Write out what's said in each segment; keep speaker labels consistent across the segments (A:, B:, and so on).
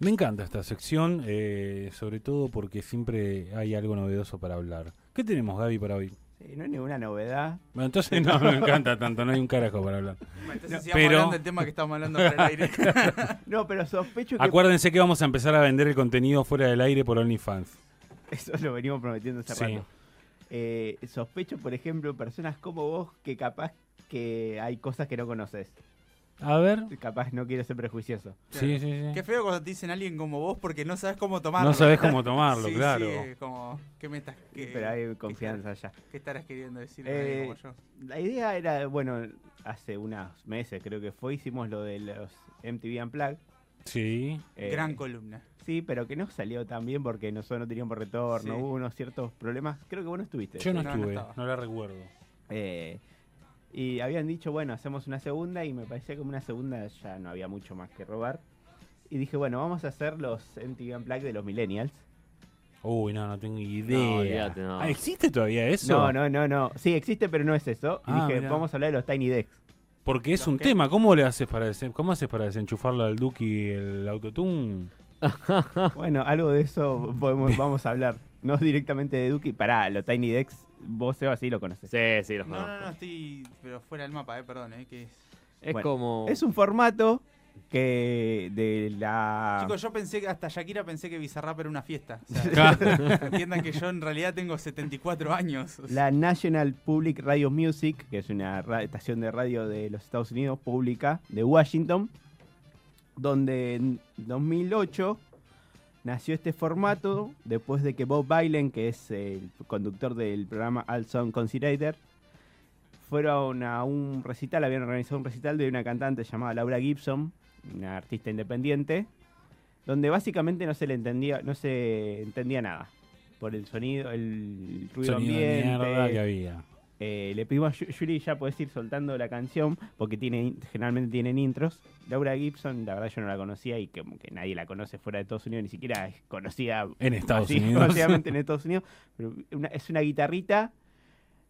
A: Me encanta esta sección, eh, sobre todo porque siempre hay algo novedoso para hablar. ¿Qué tenemos, Gaby, para hoy?
B: Sí, no hay ninguna novedad.
A: Bueno, entonces no me encanta tanto, no hay un carajo para hablar.
C: Entonces sigamos
A: pero-
C: hablando del tema que estamos hablando para el aire.
B: No, pero sospecho que
A: Acuérdense que vamos a empezar a vender el contenido fuera del aire por OnlyFans.
B: eso lo venimos prometiendo hace
A: Sí.
B: rato. Eh, sospecho, por ejemplo, personas como vos que capaz que hay cosas que no conoces.
A: A ver.
B: Capaz no quiero ser prejuicioso.
A: Sí, sí, sí.
C: Qué feo cuando te dicen a alguien como vos porque no sabes cómo tomarlo.
A: No sabés cómo tomarlo,
C: Sí,
A: claro.
C: Sí, es como, ¿qué me estás qué-
B: pero hay
C: qué
B: confianza ya.
C: estar- ¿Qué estarás queriendo decir?
B: Eh,
C: como yo?
B: La idea era, bueno, hace unos meses creo que fue, hicimos lo de los MTV Unplugged.
A: Sí.
B: eh,
C: Gran columna.
B: Sí, pero que no salió tan bien porque nosotros no teníamos retorno,
C: Sí.
B: hubo unos ciertos problemas. Creo que vos no estuviste.
A: Yo no
C: no, no
A: estuve,
C: estaba.
A: no la recuerdo.
B: Eh, y habían dicho, bueno, hacemos una segunda y me parecía como una segunda ya no había mucho más que robar. Y dije, bueno, vamos a hacer los MTV Unplugged de los millennials.
A: Uy, no, no tengo idea.
D: No, olvídate, no.
A: Ah, ¿Existe todavía eso?
B: No, no, no, no. Sí, existe, pero no es eso. Y
A: Ah,
B: dije,
A: mirá.
B: vamos a hablar de los Tiny Decks.
A: Porque es
C: Los
A: un
C: que-
A: tema. ¿Cómo le haces para desen- cómo haces para desenchufarlo al Duki el autotune? Ah.
B: Bueno, algo de eso podemos, vamos a hablar. No directamente de Duki. Pará, los Tiny Decks, vos, Seba, sí lo conoces.
D: Sí, sí, los
C: No, no,
D: conozco.
C: no, estoy. Pero fuera del mapa, eh, perdón, eh, que es-
D: Es
B: Bueno,
D: como.
B: Es un formato que de la...
C: Chicos, yo pensé que hasta Shakira pensé que Bizarrap era una fiesta. O sea, entiendan que yo en realidad tengo 74 años. o sea,
B: La National Public Radio Music, que es una ra- estación de radio de los Estados Unidos, pública, de Washington, donde en 2008 nació este formato, después de que Bob Bailen, que es el conductor del programa All Song Considerator, fueron a un recital, habían organizado un recital de una cantante llamada Laura Gibson, una artista independiente, donde básicamente no se le entendía, no se entendía nada. Por el sonido, el ruido
A: Sonido de
B: ambiente.
A: mierda que había.
B: Eh, le pedimos a Yu- Yuri, ya podés ir soltando la canción, porque tiene in- generalmente tienen intros. Laura Gibson, la verdad yo no la conocía y como que nadie la conoce fuera de Estados Unidos, ni siquiera es conocida
A: En Estados
B: así,
A: Unidos.
B: básicamente en Estados Unidos. Pero una- es una guitarrita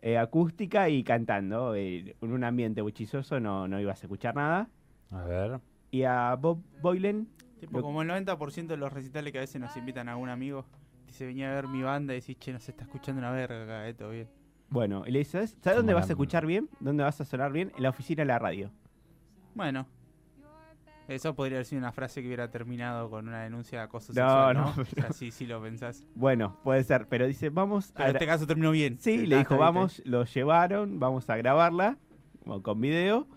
B: eh, acústica y cantando. eh, en un ambiente buchizoso no, no ibas a escuchar nada.
A: A ver.
B: Y a Bob Boylan,
C: tipo, como el 90% de los recitales que a veces nos invitan a algún amigo, dice, venía a ver mi banda y decís, che, nos está escuchando una verga acá, eh, todo bien.
B: bueno, y le dices, ¿sabes ¿sabes dónde
A: Como
B: vas a
A: la-
B: escuchar bien? ¿Dónde vas a sonar bien? En la oficina de la radio.
C: Bueno. Eso podría haber sido una frase que hubiera terminado con una denuncia de acoso
B: No,
C: sexual, ¿no?
B: no,
C: O sea, sí, sí lo pensás.
B: Bueno, puede ser, pero dice, vamos
C: Pero
B: a...
C: en este caso terminó bien.
B: Sí, le dijo, vamos, lo llevaron, vamos a grabarla como con video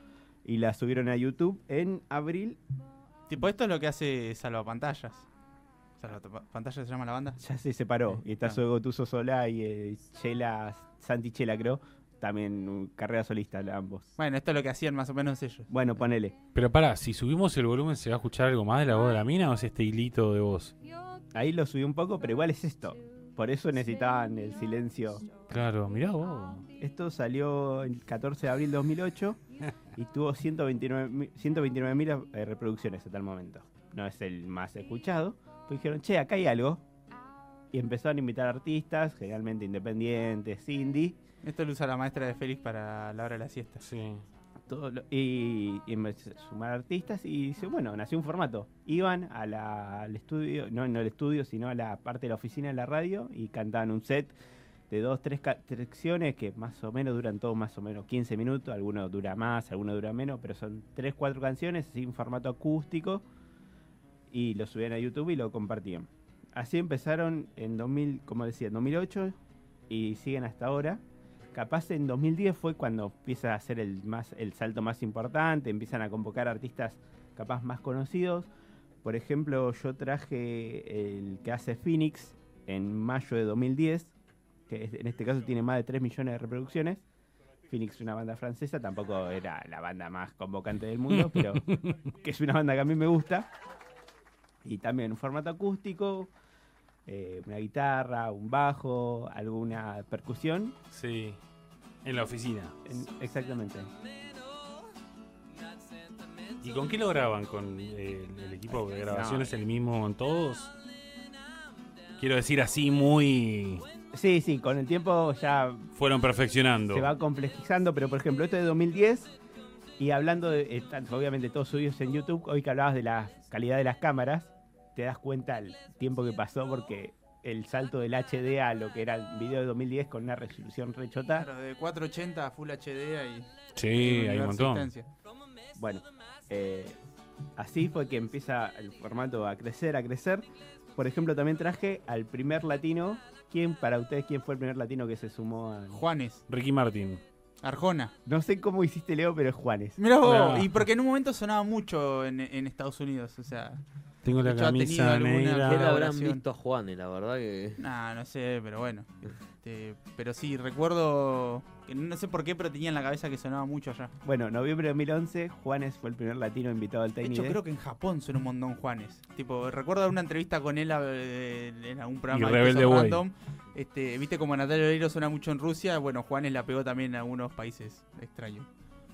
B: y la subieron a YouTube en abril.
C: Tipo, esto es lo que hace Salvapantallas. ¿Salvapantallas se llama la banda?
B: Ya se separó y está
C: Ah.
B: su Gotuso Solá y eh, Chela, Santi Chela creo, también uh, carrera solista la- ambos.
C: Bueno, esto es lo que hacían más o menos ellos.
B: Bueno, ponele.
A: Pero pará, si subimos el volumen, ¿se va a escuchar algo más de la voz de la mina o es este hilito de voz?
B: Ahí lo subí un poco, pero igual es esto. Por eso necesitaban el silencio.
A: Claro, mirá vos.
B: Esto salió el 14 de abril de 2008 y tuvo 129.000 129.000 eh, reproducciones hasta el momento. No es el más escuchado. Pues dijeron, che, acá hay algo. Y empezaron a invitar artistas, generalmente independientes, indie.
C: Esto lo usa la maestra de Félix para la hora de la siesta.
A: Sí.
B: todo lo- y, y empe- sumar artistas. Y dice, bueno, nació un formato. Iban a la- al estudio, no, no al estudio, sino a la parte de la oficina de la radio y cantaban un set de dos, tres ca- secciones que más o menos duran todo más o menos 15 minutos. Alguno dura más, alguno dura menos, pero son tres, cuatro canciones, así en formato acústico. Y lo subían a YouTube y lo compartían. Así empezaron en 2000, como decía, en 2008 y siguen hasta ahora. Capaz en 2010 fue cuando empieza a hacer el, más, el salto más importante, empiezan a convocar artistas capaz más conocidos. Por ejemplo, yo traje el que hace Phoenix en mayo de 2010, que es- en este caso tiene más de 3 millones de reproducciones. Phoenix es una banda francesa, tampoco era la banda más convocante del mundo, pero que es una banda que a mí me gusta. Y también un formato acústico, eh, una guitarra, un bajo, alguna percusión.
A: Sí. En la oficina.
B: En- exactamente.
A: ¿Y con qué lo graban? ¿Con eh, el, el equipo de grabación es el mismo en todos? Quiero decir así, muy...
B: Sí, sí, con el tiempo ya
A: Fueron perfeccionando.
B: se va complejizando, pero por ejemplo, esto es de 2010 y hablando de, eh, tan- obviamente todos subidos en YouTube, hoy que hablabas de la calidad de las cámaras, te das cuenta el tiempo que pasó porque el salto del HD a lo que era el video de 2010 con una resolución rechota,
C: Claro, de 480 a Full HD y.
A: Sí,
C: y
A: hay un
C: universo
A: montón.
C: existencia.
B: bueno, eh, así fue que empieza el formato a crecer, a crecer. Por ejemplo, también traje al primer latino. ¿Quién, para ustedes, quién fue el primer latino que se sumó a...
C: Juanes,
A: Ricky Martin.
C: Arjona.
B: No sé cómo hiciste, Leo, pero es Juanes.
C: Mirá vos,
A: Claro.
C: y porque en un momento sonaba mucho en, en Estados Unidos, o sea.
A: Tengo la
C: De hecho, ha tenido
A: camisa
C: alguna
A: negra.
C: que
D: ¿Qué le habrán
C: oración.
D: visto a Juanes? La verdad que.
C: Nah, no sé, pero bueno. Este, pero sí, recuerdo. Que no sé por qué, pero tenía en la cabeza que sonaba mucho allá.
B: Bueno, noviembre de 2011, Juanes fue el primer latino invitado al
C: De
B: Tiny
C: hecho,
B: Desk.
C: creo que en Japón suena un montón Juanes. Tipo, recuerdo una entrevista con él eh, en algún programa
A: Y
C: de
A: Rebelde
C: Queso
A: Way.
C: random. Este, viste como Natalia Oreiro suena mucho en Rusia, bueno, Juanes la pegó también en algunos países extraños.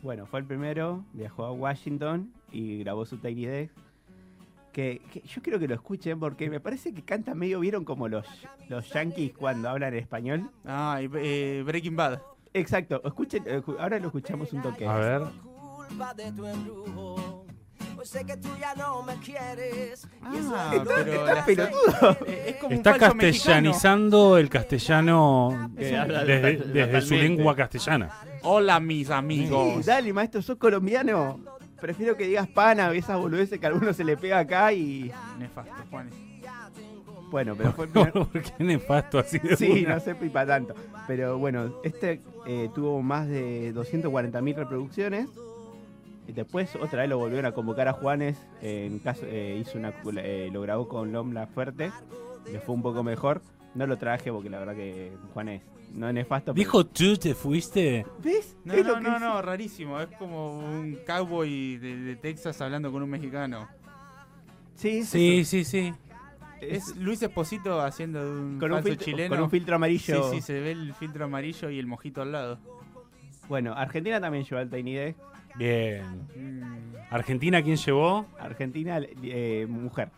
B: Bueno, fue el primero, viajó a Washington y grabó su Tiny Desk. Que, que yo creo que lo escuchen porque me parece que canta medio, vieron como los, los yankees cuando hablan en español.
C: Ah, y eh, Breaking Bad.
B: Exacto, escuchen, eh, escu- ahora lo escuchamos un toque.
A: A ver.
E: Culpa de tu embrujo. Pues sé que tú ya no me quieres.
C: Ah,
E: y eso es
C: pero
E: lo que
C: estás
E: más
C: pelotudo.
E: duele.
C: Eh, es como un
A: Está
C: falso mexicano.
A: castellanizando el castellano
D: Que
A: desde-
D: habla
A: desde,
D: total-
A: desde su
D: totalmente.
A: lengua castellana.
C: Hola, mis
B: Sí,
C: amigos.
B: dale, maestro, sos colombiano. Prefiero que digas pana, esas boludeces que a alguno se le pega acá y.
C: Nefasto, Juanes.
B: Bueno, pero fue el primer-
A: Porque nefasto así de
B: Sí,
A: una?
B: no se pipa tanto. Pero bueno, este eh, tuvo más de 240.000 reproducciones. Y después otra vez lo volvieron a convocar a Juanes. eh, en caso, eh, hizo una, col- eh, lo grabó con Lom Fuerte. Le fue un poco mejor. No lo traje porque la verdad que Juanes no es nefasto. pero-
A: Dijo tú te fuiste.
B: ¿Ves?
C: No,
B: Es
C: no,
B: lo que
C: no,
B: hice.
C: no, rarísimo. Es como un cowboy de, de Texas hablando con un mexicano.
B: Sí, es
A: Sí,
B: eso.
A: sí, sí.
B: Es-
C: Es Luis Esposito haciendo de un
B: con, un
C: falso
B: filtro,
C: chileno.
B: con un filtro amarillo.
C: Sí, sí, se ve el filtro amarillo y el mojito al lado.
B: Bueno, Argentina también llevó al Tiny Desk.
A: Bien.
C: Mm.
A: Argentina, ¿quién llevó?
B: Argentina, eh, mujer.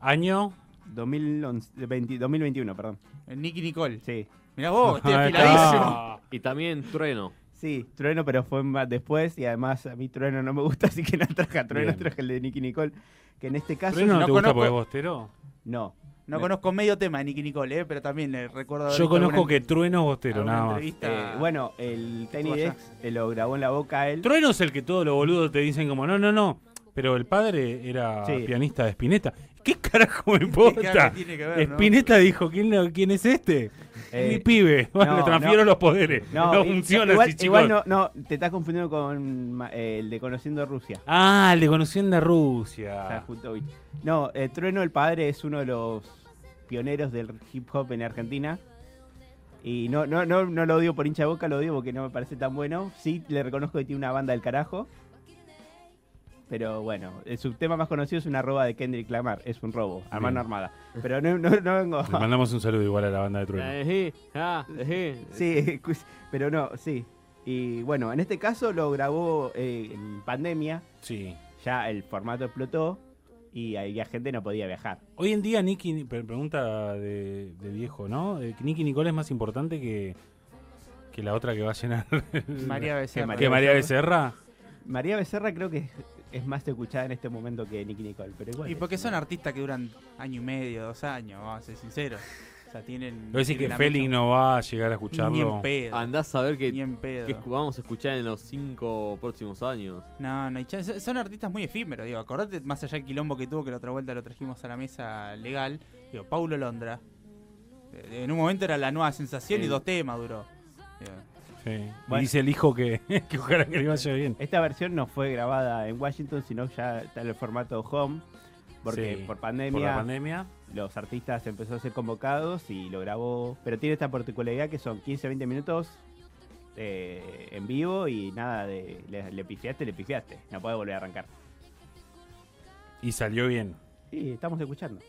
A: Año.
B: 2011, 20 2021, perdón.
C: El Nicky Nicole.
B: Sí.
C: Mirá vos, estoy
A: Ahí está.
C: afiladísimo.
D: Y también Trueno.
B: Sí, Trueno, pero fue más después y además a mí Trueno no me gusta, así que no traje a Trueno,
A: Bien.
B: traje el de Nicky Nicole, que en este caso
A: ¿Trueno no,
C: no
A: te gusta
C: conozco-
A: porque es bostero?
B: no.
C: No conozco medio tema de Nicky Nicole, eh, pero también le recuerdo. haber
A: Yo
C: visto
A: conozco
C: alguna-
A: que Trueno es bostero,
C: alguna
A: nada más.
B: Eh,
C: entrevista.
B: bueno, el Tiny
C: Tú allá.
B: Dex eh, lo grabó en la boca él.
A: Trueno es el que todos los boludos te dicen como, no, no, no. Pero el padre era
B: Sí.
A: pianista de Spinetta. ¿Qué carajo me
C: ¿Qué carajo
A: importa?
C: tiene que ver, no?
A: Spinetta dijo, ¿quién, lo- quién es este?
B: Eh,
A: Mi pibe. Bueno,
B: no,
A: le transfiero
B: no.
A: los poderes. No,
B: y-
A: funciona
B: igual,
A: así, chicos.
B: igual no, no, te estás confundiendo con ma- eh, el de Conociendo Rusia.
A: Ah, el de Conociendo a Rusia.
B: Sajutovich. No, eh, Trueno el padre es uno de los pioneros del hip hop en Argentina. Y no, no, no, no lo odio por hincha de boca, lo odio porque no me parece tan bueno. Sí, le reconozco que tiene una banda del carajo. Pero bueno, eh, su tema más conocido es una roba de Kendrick Lamar. Es un robo, a mano
A: Bien.
B: armada. Pero no, no, no vengo
A: Le
B: a...
A: mandamos un saludo igual a la banda de
B: Eh.
A: Trueno.
D: Ejí, ah, ejí.
B: Sí, pues, pero no, sí. Y bueno, en este caso lo grabó eh, en pandemia.
A: Sí.
B: Ya el formato explotó y había gente que no podía viajar.
A: Hoy en día, Nicky, pre- pregunta de, de viejo, ¿no? Eh, Nicky Nicole es más importante que, que la otra que va a llenar.
C: María Becerra.
A: que María Becerra.
B: María Becerra creo que es, es más escuchada en este momento que Nicky Nicole, pero igual.
C: Y
B: es
C: porque
B: una-
C: son artistas que duran año y medio, dos años, vamos a ser sinceros. O sea, tienen.
A: Lo decís
C: tienen
A: que
C: la
A: Félix
C: misma-
A: no va a llegar a
C: Ni en
A: escucharlo.
C: pedo.
D: Andás a ver
C: Ni
D: qué,
C: en pedo.
D: qué escu- vamos a escuchar en los cinco próximos años.
C: No, no hay chance. Son- Son artistas muy efímeros, digo. Acordate, más allá del quilombo que tuvo, que la otra vuelta lo trajimos a la mesa legal. Digo, Paulo Londra. Eh, En un momento era la nueva sensación y
D: Sí.
C: dos temas duró. Digo,
A: Sí. Y
B: Bueno.
A: Dice el hijo que, que ojalá que le vaya bien.
B: Esta versión no fue grabada en Washington, sino ya está en el formato home, porque
A: Sí,
B: por, pandemia,
A: Por la pandemia.
B: los artistas empezaron a ser convocados y lo grabó. Pero tiene esta particularidad que son 15-20 minutos eh, en vivo y nada de le, le pifiaste, le pifiaste. No puede volver a arrancar.
A: Y salió bien.
B: Sí, estamos escuchando.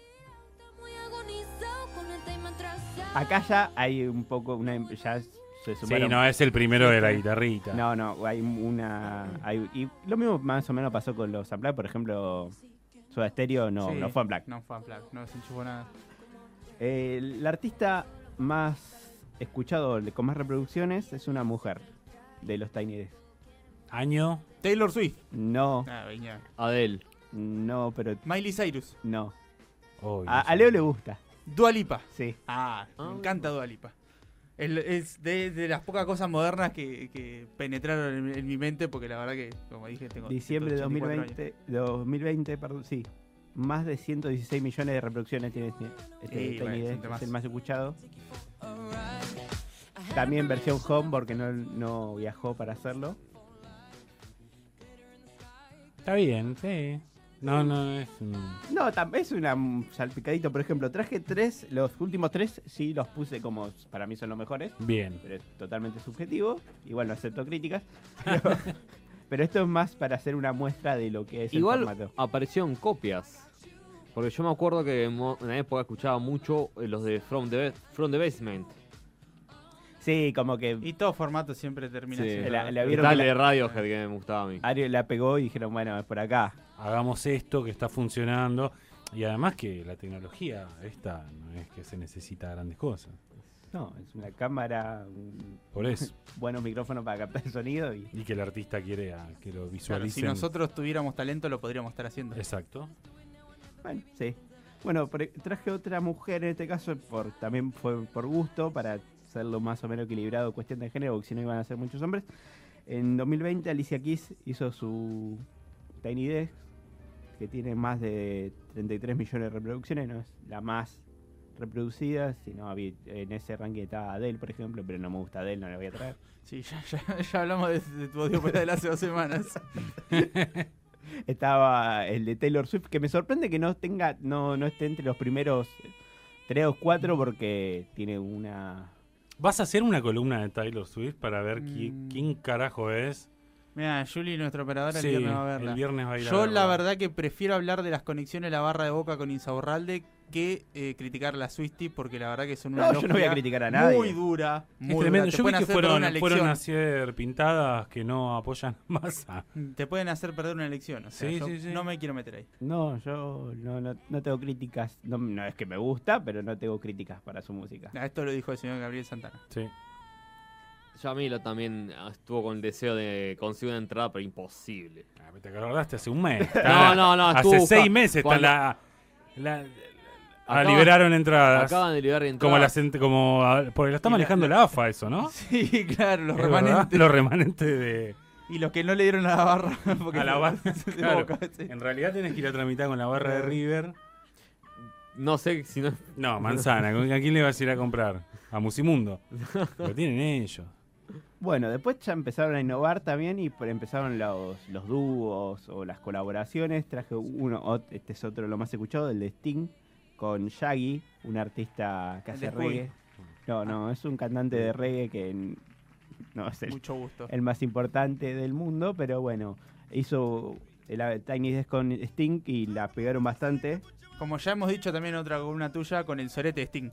F: Muy agonizado con el tema atrasado.
B: Acá ya hay un poco una ya se
A: Sí,
B: sumaron
A: no es el primero de la guitarrita.
B: No, no, hay una. hay- y lo mismo más o menos pasó con los Unplugged, por ejemplo, Soda Stereo no,
C: sí,
B: no fue Unplugged.
C: No fue Unplugged, no se enchufó nada.
B: Eh, el artista más escuchado, el con más reproducciones, es una mujer de los Tiny Desk.
A: Año.
C: Taylor Swift.
B: No,
C: Ah, venía.
D: Adel.
B: no, pero
C: Miley Cyrus.
B: no.
A: Obvio,
B: A, a Leo le gusta,
C: Dualipa.
B: sí.
C: Ah,
D: Ah,
C: me encanta Dualipa. Es de, de las pocas cosas modernas que, que penetraron en, en mi mente, porque la verdad que, como dije, tengo.
B: Diciembre de
C: 184 años.
B: 2020, 2020, perdón, sí. Más de 116 millones de reproducciones tiene este, este
C: Sí,
B: Tiny
C: bueno,
B: Desk,
C: es un
B: es
C: temazo.
B: el más escuchado. También versión home porque no, no viajó para hacerlo.
A: Está bien, sí. No, no, es un-
B: No, tam- es una mm, salpicadito, por ejemplo, traje tres, los últimos tres sí los puse como para mí son los mejores,
A: bien.
B: pero es totalmente subjetivo, igual no acepto críticas, pero, pero esto es más para hacer una muestra de lo que es el
D: Igual
B: formato.
D: aparecieron copias. Porque yo me acuerdo que en mo- en la época escuchaba mucho eh, los de From the, Ba- From the Basement.
B: Sí, como que
C: Y todo formato siempre termina
D: Sí.
C: siendo-
B: La- la vieron que
D: Dale de Radiohead que me gustaba a mí.
B: Ario la pegó y dijeron, bueno, es por acá.
A: Hagamos esto que está funcionando. Y además que la tecnología esta no es que se necesita grandes cosas.
B: No, es una cámara, un-
A: Por eso.
B: buenos micrófonos para captar el sonido y
A: Y que el artista quiere ah, que lo
C: Claro,
A: visualicen.
C: si nosotros tuviéramos talento, lo podríamos estar haciendo.
A: Exacto.
B: bueno, sí. Bueno, pre- traje otra mujer en este caso, por, también fue por gusto, para hacerlo más o menos equilibrado, cuestión de género, porque si no iban a ser muchos hombres. En 2020 Alicia Keys hizo su Tiny Desk, que tiene más de 33 millones de reproducciones, no es la más reproducida, sino había- en ese ranking estaba Adele, por ejemplo, pero no me gusta Adele, no la voy a traer.
C: Sí, ya, ya, ya hablamos de, de tu odio por la de hace dos semanas.
B: estaba el de Taylor Swift, que me sorprende que no tenga, no, no esté entre los primeros tres o cuatro porque tiene una.
A: ¿Vas a hacer una columna de Taylor Swift para ver qui-
C: Mm.
A: quién carajo es?
C: Mira, Julie, nuestra operadora,
A: Sí,
C: el viernes va a verla.
A: el viernes va a ir a
C: Yo
A: verla.
C: la verdad que prefiero hablar de las conexiones la barra de boca con Insaurralde que eh, criticar a la Swifty porque la verdad que son una
B: No, yo no voy a
C: lógica
B: criticar a
C: Muy
B: nadie.
C: dura,
A: Es
C: muy dura.
A: tremendo.
C: Te
A: Yo vi
C: pueden
A: que
C: hacer perder
A: fueron,
C: una elección.
A: fueron a ser pintadas que no apoyan más a
C: Te pueden hacer perder una elección. o sea,
A: Sí,
C: yo
A: sí, sí.
C: No me quiero meter ahí.
B: No, yo no, no, no tengo críticas. No, no es que me gusta, pero no tengo críticas para su música.
C: Ah, Esto lo dijo el señor Gabriel Santana.
A: Sí.
D: Yamilo también ah, estuvo con el deseo de conseguir una entrada, pero imposible.
A: Ah, pero Te acordaste hace un mes.
D: No,
A: Está-
D: no, no.
A: Ah, Hace
D: estuvo
A: seis
D: busca-
A: meses está
D: cuando
A: la, la- la-
D: Acaba-
A: liberaron entradas.
D: Acaban de liberar entradas.
A: como las ent- como a- porque lo está
C: Y la-
A: manejando la, AFA eso, ¿no?
C: Sí, claro, los
A: Ah. Es verdad,
C: remanentes.
A: Los remanentes de.
C: Y los que no le dieron a la barra. Porque
A: A la barra,
C: de
A: claro.
C: Boca, sí. Ah.
A: En realidad tenés que ir a tramitar con la barra de River.
D: No sé si no.
A: No, manzana. ¿con- ¿A quién le vas a ir a comprar? A Musimundo. Lo tienen ellos.
B: Bueno, después ya empezaron a innovar también y por- empezaron los, los dúos o las colaboraciones. Traje uno, ot- este es otro lo más escuchado, el de Sting, con Shaggy, un artista que
C: El
B: hace
C: de Ah. Queen.
B: reggae. No, no, es un cantante de reggae que n- no es el,
C: Mucho gusto.
B: el más importante del mundo, pero bueno, hizo el a- Tiny Desk con Sting y la pegaron bastante.
C: Como ya hemos dicho también en otra columna tuya con el sorete de Sting.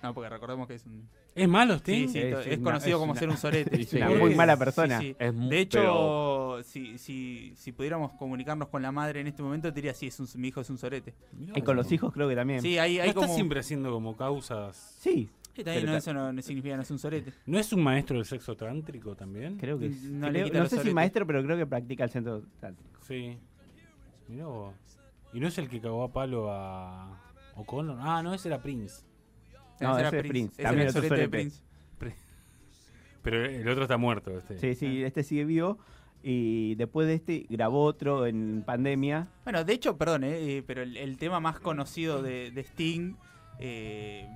C: No, porque recordemos que es un.
A: ¿Es malo,
C: Sí,
A: Sting?
C: sí,
B: Es
C: to- es,
B: una-
C: conocido
B: es
C: como
B: una-
C: ser un sorete.
D: es una
C: Creo
D: muy
C: que-
B: mala
C: sí,
B: persona.
C: sí.
D: Es mu-
C: De hecho,
D: pero-
C: si, si, si pudiéramos comunicarnos con la madre en este momento, te diría, sí, es un, mi hijo es un sorete.
B: Y con los hijos creo que también.
C: Sí, hay,
A: No
C: hay
A: está
C: como...
A: siempre haciendo como causas.
B: Sí,
C: Sí, también,
B: pero
C: no,
B: ta-
C: eso no, no significa no es un sorete.
A: ¿No es un maestro del sexo tántrico también?
B: creo que sí.
C: No
B: Creo-
C: le
B: No,
C: quita los
B: sé si
C: oretes.
B: maestro, pero creo que practica el centro.
A: Sí. Mirá vos. ¿Y no es el que cagó a palo a O'Connor? Ah, no, ese era Prince.
B: No,
C: Ese era
B: ese es Prince,
C: Ese
B: también
C: era el
B: otro
C: sorete de
B: sorete.
C: Prince.
A: Pero el otro está muerto. Este.
B: Sí, sí,
C: Ah.
B: este sigue vivo. Y después de este grabó otro en pandemia.
C: Bueno, de hecho, perdón, eh, eh, pero el, el tema más conocido de, de Sting eh,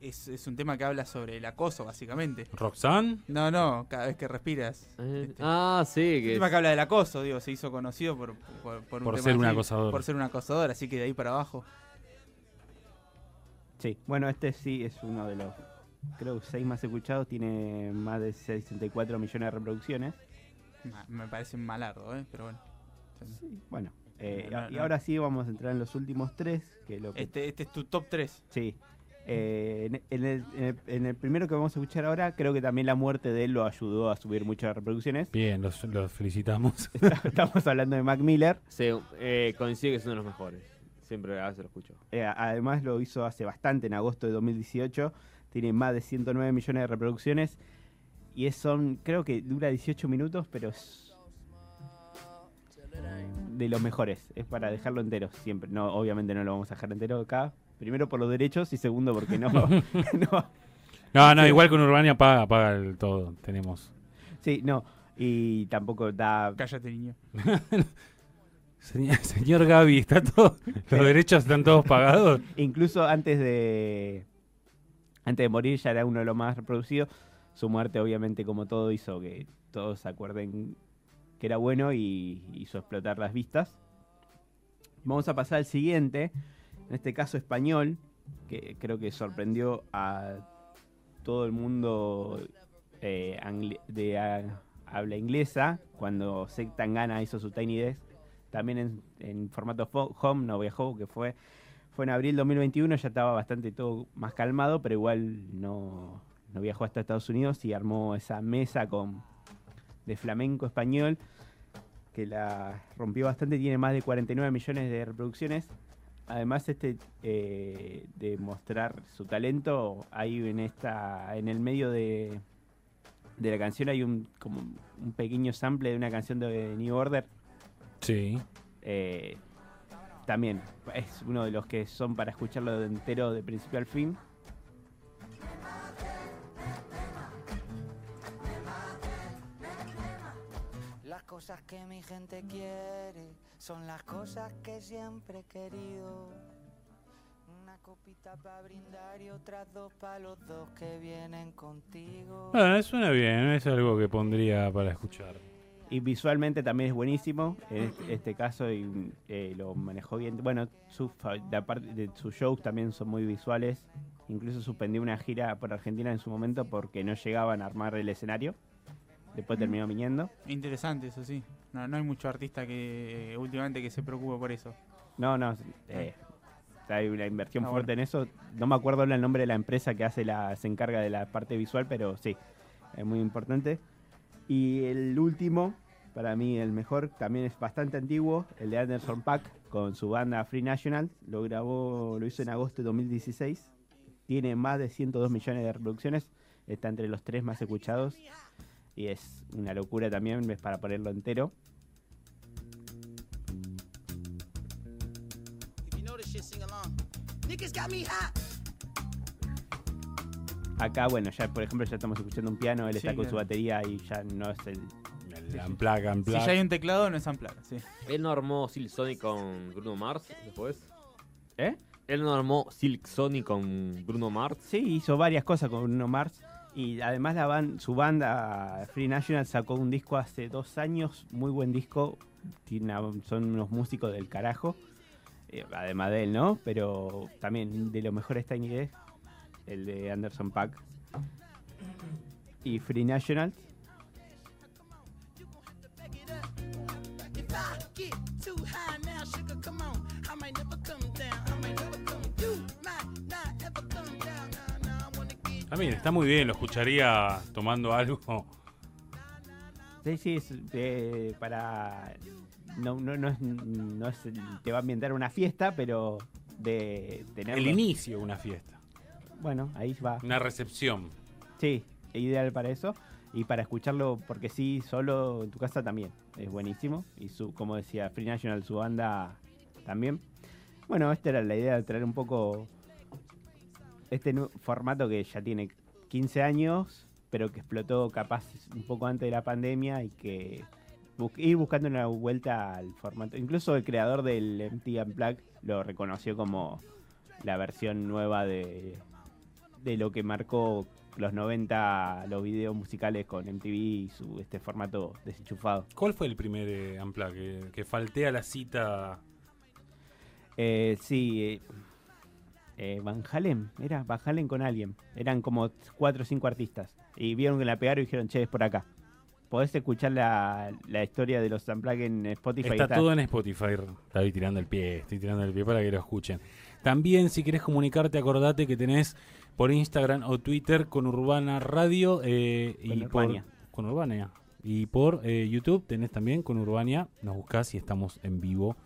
C: es, es un tema que habla sobre el acoso, básicamente.
A: ¿Roxanne?
C: No, no, cada vez que respiras.
D: Eh,
C: Este,
D: Ah, sí.
C: El
D: Que
C: tema que habla del acoso, digo, se hizo conocido por, por, un
A: Por
C: tema
A: ser un
C: así,
A: acosador.
C: Por ser un acosador, así que de ahí para abajo.
B: Sí. Bueno, este sí es uno de los, creo, seis más escuchados. Tiene más de 64 millones de reproducciones.
C: Ma- Me parece un malardo, ¿eh? Pero bueno.
B: Sí, bueno. Eh,
C: No, no,
B: y
C: no.
B: ahora sí vamos a entrar en los últimos tres. Que lo que,
C: Este, este es tu top 3.
B: Sí. Eh, en, en el, en el- en el primero que vamos a escuchar ahora, creo que también la muerte de él lo ayudó a subir muchas reproducciones.
A: Bien, los, los felicitamos.
B: Estamos hablando de Mac Miller.
D: se, eh, coincide que es uno de los mejores. Siempre a veces lo escucho.
B: Eh, además lo hizo hace bastante, en agosto de 2018. Tiene más de 109 millones de reproducciones. Y es son, creo que dura 18 minutos, pero es- de los mejores. Es para dejarlo entero siempre. No, obviamente no lo vamos a dejar entero acá. Primero por los derechos y segundo porque no. no
A: No, no, igual con Urbania paga, paga el todo. Tenemos.
B: sí, no. Y tampoco da.
C: Cállate, niño.
A: Señor, señor Gaby, ¿está todo, ¿los derechos están todos pagados?
B: Incluso antes de. Antes de morir ya era uno de los más reproducidos. Su muerte, obviamente, como todo, hizo que todos se acuerden que era bueno y hizo explotar las vistas. Vamos a pasar al siguiente, en este caso español, que creo que sorprendió a todo el mundo eh, angli- de ah, habla inglesa cuando Sek Tangana hizo su Tiny Desk, también en, en formato fo- home, no viajó, que fue, fue en abril 2021, ya estaba bastante todo más calmado, pero igual no, no viajó hasta Estados Unidos y armó esa mesa con de flamenco español que la rompió bastante, tiene más de 49 millones de reproducciones. Además, este eh, de mostrar su talento, ahí en esta. en el medio de, de la canción hay un como un pequeño sample de una canción de New Order.
A: Sí.
B: eh, también es uno de los que son para escucharlo de entero de principio al fin.
G: Las cosas que mi gente quiere son las cosas que siempre he querido. Una copita para brindar y otras dos para los dos que vienen contigo.
A: Ah, suena bien, es algo que pondría para escuchar.
B: Y visualmente también es buenísimo. En este, este caso y, eh, lo manejó bien. Bueno, sus fa- la parte de sus shows también son muy visuales. Incluso suspendió una gira por Argentina en su momento porque no llegaban a armar el escenario. Después terminó viniendo.
C: Interesante, eso sí. No, no hay mucho artista que eh, últimamente que se preocupe por eso.
B: No, no. eh, hay una inversión
C: Ah,
B: fuerte en eso. No me acuerdo ahora el nombre de la empresa que hace la, se encarga de la parte visual, pero sí, es muy importante. Y el último, para mí el mejor, también es bastante antiguo, el de Anderson Pack con su banda Free National. Lo grabó, lo hizo en agosto de 2016. Tiene más de 102 millones de reproducciones. Está entre los tres más escuchados. Y es una locura también, es para ponerlo entero.
E: If you know this shit, sing along. Niggas got me hot.
B: Acá, bueno, ya por ejemplo, ya estamos escuchando un piano, él
C: Sí,
B: está con
C: claro.
B: su batería y ya no es el.
A: El Amplac,
C: Si
A: Amplac.
C: ya hay un teclado, no es ampliar. Sí.
D: Él no armó Silk Sonic con Bruno Mars después.
B: ¿Eh?
D: Él no armó Silk Sonic con Bruno Mars.
B: Sí, hizo varias cosas con Bruno Mars y además la ban- su banda Free National sacó un disco hace dos años, muy buen disco. Tiene una- son unos músicos del carajo, eh, además de él, ¿no? Pero también de los mejores Tiny Desk, el de Anderson Pack y Free National.
E: If I get too high now, sugar, come on. I might never come down. I might never come. You might not ever come down. Nah, nah, I wanna get
A: También está muy bien, lo escucharía tomando algo.
B: Sí, sí, es eh, para. No, no, no es, no es- Te va a ambientar una fiesta, pero de tener.
A: El inicio de una fiesta,
B: Bueno, ahí va.
A: una recepción.
B: Sí, e ideal para eso. Y para escucharlo, porque sí, solo en tu casa también. Es buenísimo. Y su, como decía Free National, su banda también. Bueno, esta era la idea de traer un poco este nu- formato que ya tiene 15 años, pero que explotó capaz un poco antes de la pandemia y que bus- ir buscando una vuelta al formato. Incluso el creador del MT Unplugged lo reconoció como la versión nueva de, de lo que marcó los 90 los videos musicales con MTV y su este formato desenchufado.
A: ¿Cuál fue el primer eh, Amplac? Que, que falté a la cita.
B: Eh, sí, eh, eh, Van Halen, era Van Halen con alguien. Eran como cuatro o cinco artistas. Y vieron que la pegaron y dijeron, che, es por acá. Podés escuchar la, la historia de los Unplugged en Spotify.
A: Está
B: Está-
A: todo en Spotify. David tirando el pie, estoy tirando el pie para que lo escuchen. También, si querés comunicarte, acordate que tenés por Instagram o Twitter con Urbana Radio eh, y
B: Con
A: por-
B: Urbania.
A: con Urbania. Y por eh, YouTube tenés también con Urbania. Nos buscás y estamos en vivo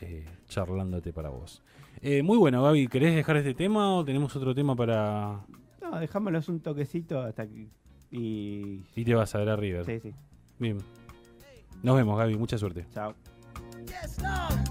A: eh, charlándote para vos. Eh, muy bueno, Gaby. ¿Querés dejar este tema o tenemos otro tema para.?
B: No, dejámoslos un toquecito hasta que... Y...
A: Y te vas a ver a River.
B: Sí, sí,
A: Bien. Nos vemos, Gaby. Mucha suerte.
B: chao.
E: yeah. Yes, Lord.